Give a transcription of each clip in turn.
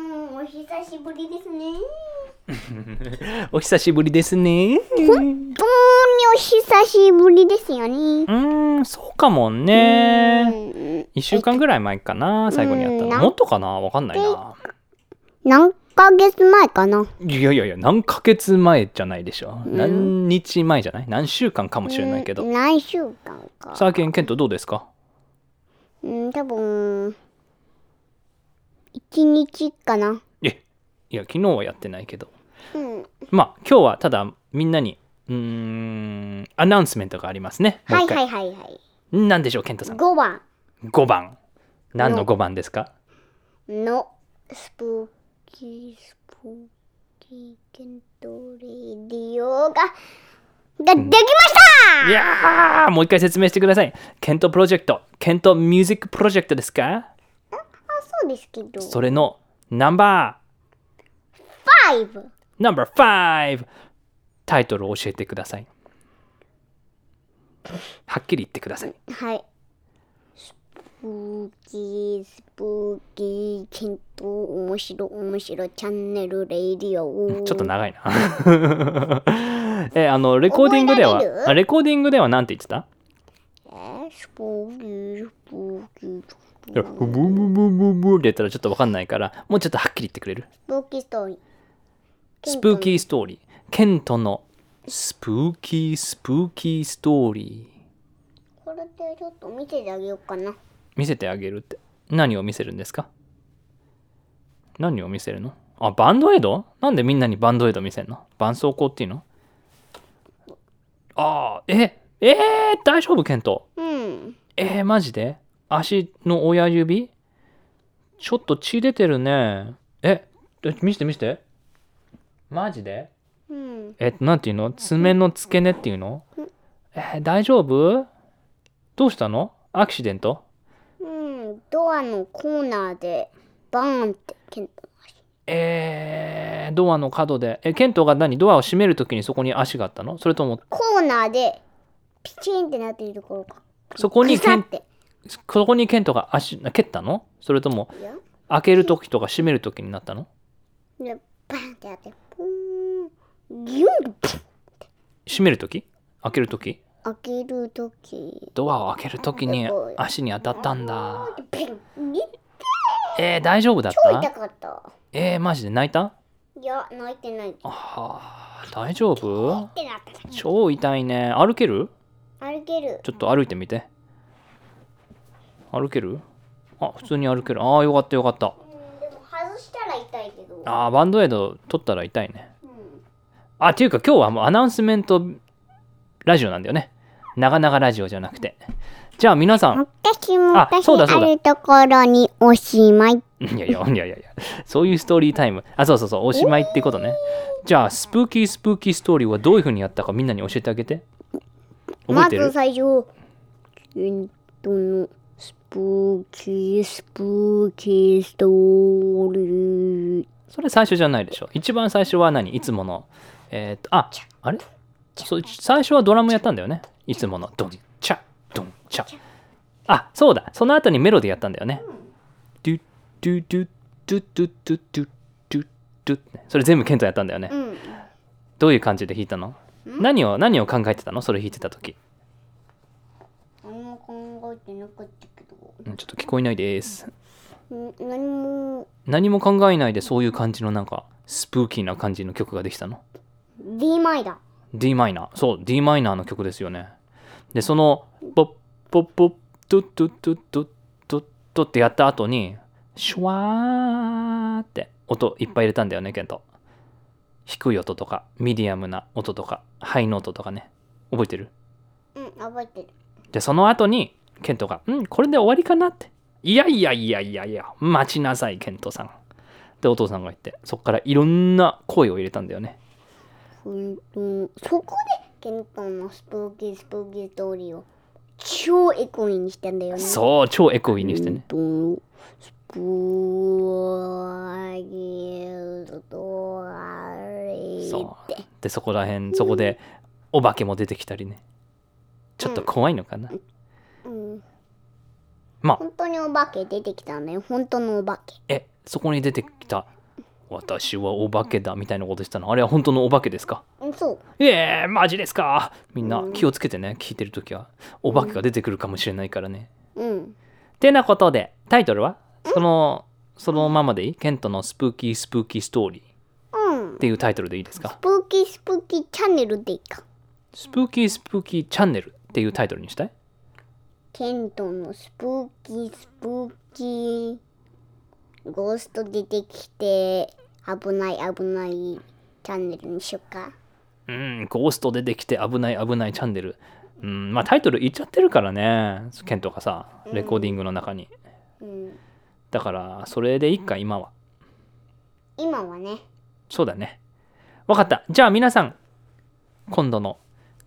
久しぶりですね。お久しぶりですね。本当にお久しぶりですよね。うーん、そうかもうね。ん1週間ぐらい前かな、最後にやったうんなの。もっとかなわかんないな。何ヶ月前かないやいやいや、何ヶ月前じゃないでしょ。ん何日前じゃない何週間かもしれないけうど。ん何週間か。さあ、ケンケントどうですかうん、多分、一日かな。え、いや、昨日はやってないけど。うん。まあ、今日はただみんなに、うーん、アナウンスメントがありますね。もうはい一回はいはいはい。何でしょう、ケントさん。 5番5番。何の5番ですかのスプーキースプーキーケントレディオが、ができましたいやーもう一回説明してください。ケントプロジェクト、ケントミュージックプロジェクトですかあ、そうですけど。それのナンバ 5! ー、ナンバー5、タイトルを教えてください。はっきり言ってください。はい。スプーキースプーキーケント面白面白チャンネルレディオ。ちょっと長いな。え、あの、レコーディングでは覚えられ、るあレコーディングではなんて言ってたえースプーキースプーキースプいやーキーブブブブブブって言ったらちょっとわかんないから、もうちょっとはっきり言ってくれるスプーキーストーリー。スプーキー。ーストーリー。ケントのスプーキースプーキーストーリー。これでちょっと見せてあげようかな。見せてあげるって何を見せるんですか何を見せるのあバンドエイドなんでみんなにバンドエイド見せんの絆創膏っていうのああええー、大丈夫ケントうん。えー、マジで足の親指ちょっと血出てるねええ見して見してマジでうん。えっと、なんていうの爪の付け根っていうのえー大丈夫どうしたのアクシデントうん。ドアのコーナーでバーンってケントの足。えー、ドアの角で。え、ケントが何ドアを閉めるときにそこに足があったのそれとも、コーナーでピチンってなっているところか。そこにケ腐っン、て。そこにケントが足、蹴ったのそれとも、いや開けるときとか閉めるときになったので、バンってやって、ポーン、ギュンと閉めるとき開けるとき開けるとき、ドアを開けるときに足に当たったんだ。ピン、ギュッえー、大丈夫だっと痛たかった。えー、マジで泣いたいや、泣いてない。っはあ、大丈夫てなったか超痛いね。歩けるら。歩ける。ちょっと歩いてみて。歩けるあ、普通に歩ける。ああ、よかったよかった。うん、でも外したら痛いけど。ああバンドエイド取ったら痛いねうん、あっていうか今日はもうアナウンスメントラジオなんだよね長々ラジオじゃなくてじゃあ皆さん私あ昔そうだそうあだるところにおしまい。いやいやいやいやいやそういうストーリータイムあそうそうそうおしまいってことねじゃあスプーキースプーキーストーリーはどういうふうにやったかみんなに教えてあげて覚えまてる、ず最初、ケントのスプーキースプーキーストーリー。それ最初じゃないでしょ一番最初は何いつものえーっとああれそう最初はドラムやったんだよねいつものドンチャドンチャあそうだその後にメロディやったんだよねドゥドゥドゥドゥドゥドゥドゥドゥドゥそれ全部ケントやったんだよねうん。どういう感じで弾いたの何を何を考えてたのそれ弾いてた時あんま考えてなかったけど。うんちょっと聞こえないですん何も何も考えないでそういう感じのなんかスプーキーな感じの曲ができたの D マイだ d マイナーそう d マイナーの曲ですよねでそのポッポッポッドッドッドッドッドッドッってやった後にシュワーって音いっぱい入れたんだよねケント低い音とかミディアムな音とかハイノートとかね覚えてるうん覚えてるでその後にケントが「うんこれで終わりかな」って「いやいやいやいやいや待ちなさいケントさん」でお父さんが言ってそっからいろんな声を入れたんだよねほんとそこでケントのスプーキースプーキーストーリーを超エコーにしたんだよねうそう超エコーにしてねケントのスプーキーストーリーってでそこら辺そこでお化けも出てきたりねちょっと怖いのかな、うんまあ本当にお化け出てきたんだよ本当のお化けえそこに出てきた私はお化けだみたいなことしたのあれは本当のお化けですかうんそうええマジですかみんなうん気をつけてね聞いてるときはお化けが出てくるかもしれないからね。うんてなことでタイトルはそのそのままでいいケントのスプーキースプーキーストーリーっうんていうタイトルでいいですかスプーキースプーキーチャンネルでいいかスプーキースプーキーチャンネルっていうタイトルにしたいケントのスプーキースプーキーゴースト出てきて危ない危ないチャンネルにしよっかうんゴースト出てきて危ない危ないチャンネルうんまあタイトル言っちゃってるからねケントがさレコーディングの中にうんだからそれでいいか今は今はねそうだね。わかった。じゃあ皆さん、今度の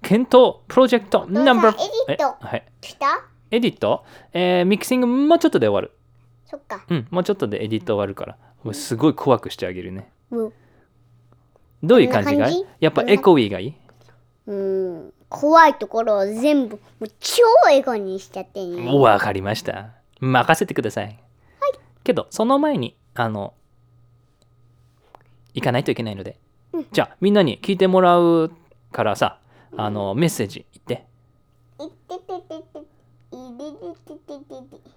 検討プロジェクトナンバー。エディットえはい。来たエディット、えーミキシングもうちょっとで終わる。そっかうん、もうちょっとでエディット終わるから。もうすごい怖くしてあげるね。うんどういう感じがこんな感じやっぱエコウィーがいいうん怖いところを全部もう超エゴにしちゃってねわかりました。任せてください。はい。けど、その前に、あの、行かないといけないので。じゃあ、みんなに聞いてもらうからさ、あの、メッセージ言って。いってててていででてててて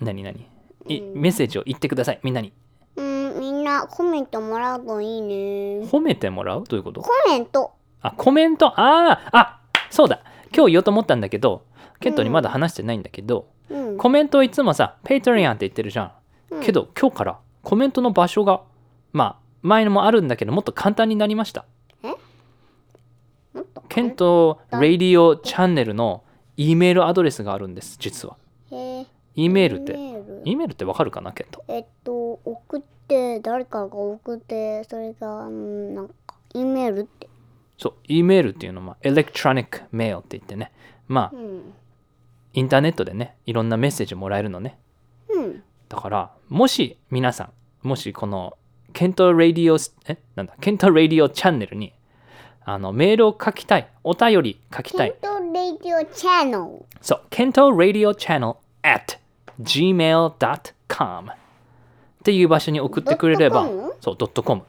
何何いメッセージを言ってくださいみんなにうんみんなコメントもらうといいね褒めてもらうどういうことコメントあコメントあーあそうだ今日言おうと思ったんだけどケントにまだ話してないんだけど、うんコメントいつもさペイトリアンって言ってるじゃん、うんけど今日からコメントの場所がまあ前のもあるんだけどもっと簡単になりましたもっとケント・ラディオチャンネルの E メールアドレスがあるんです実はへー E メールっ E てメール E メールってわかるかなケントえっと送って誰かが送ってそれがうんなんか E メールってそう E メールっていうのはエレクトロニックメールって言ってねまあ、うんインターネットでねいろんなメッセージもらえるのねうんだからもし皆さんもしこのケント・ラディオスえなんだケント・ラディオチャンネルにあのメールを書きたいお便り書きたケンいトレディオチャンネルそうケント・ラディオチャンネル at gmail.com っていう場所に送ってくれれば .com？そうドットコム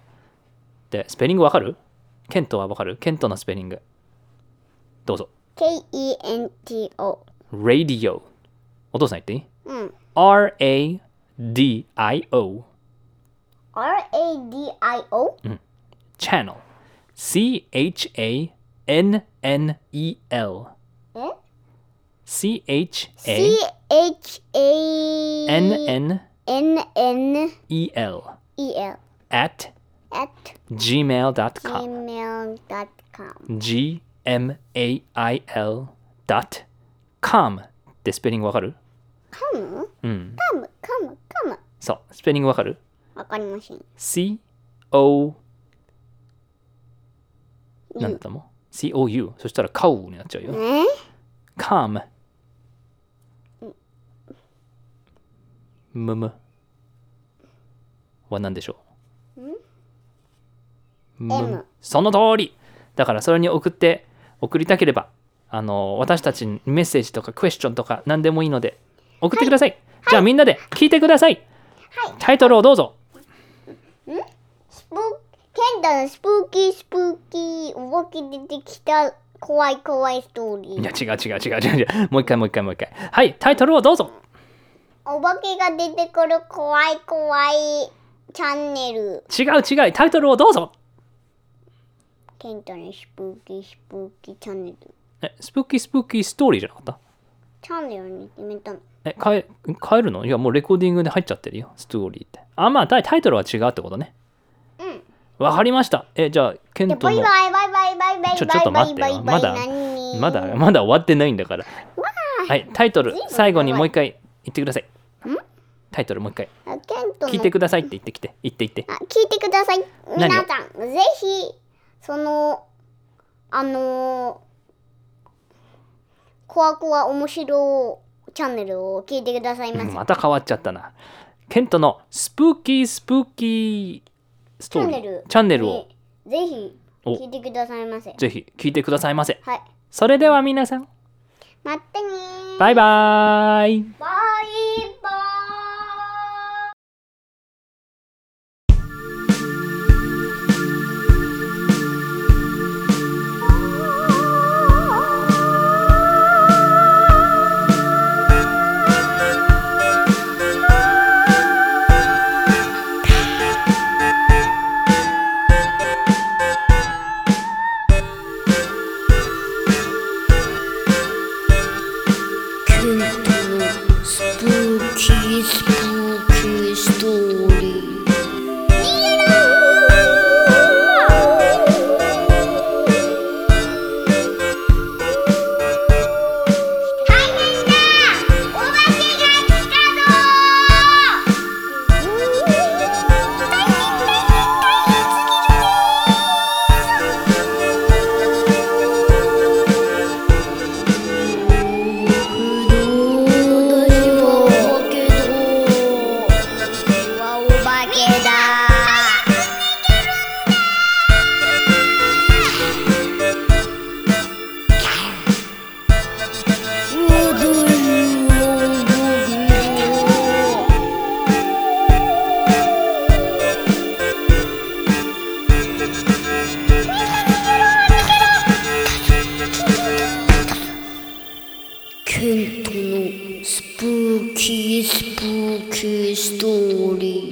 でスペリングわかるケントはわかるケントのスペリングどうぞ K-E-N-T-O ラディオお父さん言っていいうん RADIO R-A-D-I-O? channel C H A N N E L え C H A C-H-A N N N-N-E-L E L at at gmail.com gmail.com G M A I L dot com ってスペリングわかるカムうん。カムカムカムそう、スペリングわかるわかりません ?C O なんだと思う ?C O U そしたらカウになっちゃうよ。え com むむは何でしょうむ M その通りだからそれに送って送りたければあの私たちにメッセージとかクエスチョンとか何でもいいので送ってください、じゃあみんなで聞いてください、タイトルをどうぞスプーケンタのスプーキースプーキーお化け出てきた怖い怖いストーリいやー違う違う違う違う違うもう一回もう一回もう一回はいタイトルをどうぞお化けが出てくる怖い怖いチャンネル違う違うタイトルをどうぞケンタのスプーキースプーキーチャンネルえスプーキースプーキーストーリーじゃなかったチャンネルに決めたのえ、変え、変えるのいや、もうレコーディングで入っちゃってるよ、ストーリーって。あ、まあ、タイタイトルは違うってことね。うんわかりました。え、じゃあ、ケでントバイの。バイバイバイバイバイちょちょっバとイバイ待ってバよイまだバイ何まだ、まだ終わってないんだから。はい、タイトル随、分最後にもう一回言ってください。タイトルもう一回。あケントの聞いてくださいって言ってきて。言って言って。あ聞いてください何を皆さんぜひそのあのコアコア面白チャンネルを聞いてくださいまうんせ、また変わっちゃったな。ケントのスプーキースプーキーストーリチャンネール。チャンネルをぜひお聞いてくださいませぜひ聞いてくださいませ。はいそれでは皆さん、まったねーバイバーイ。バイバーイスプーキースプーキーストーリー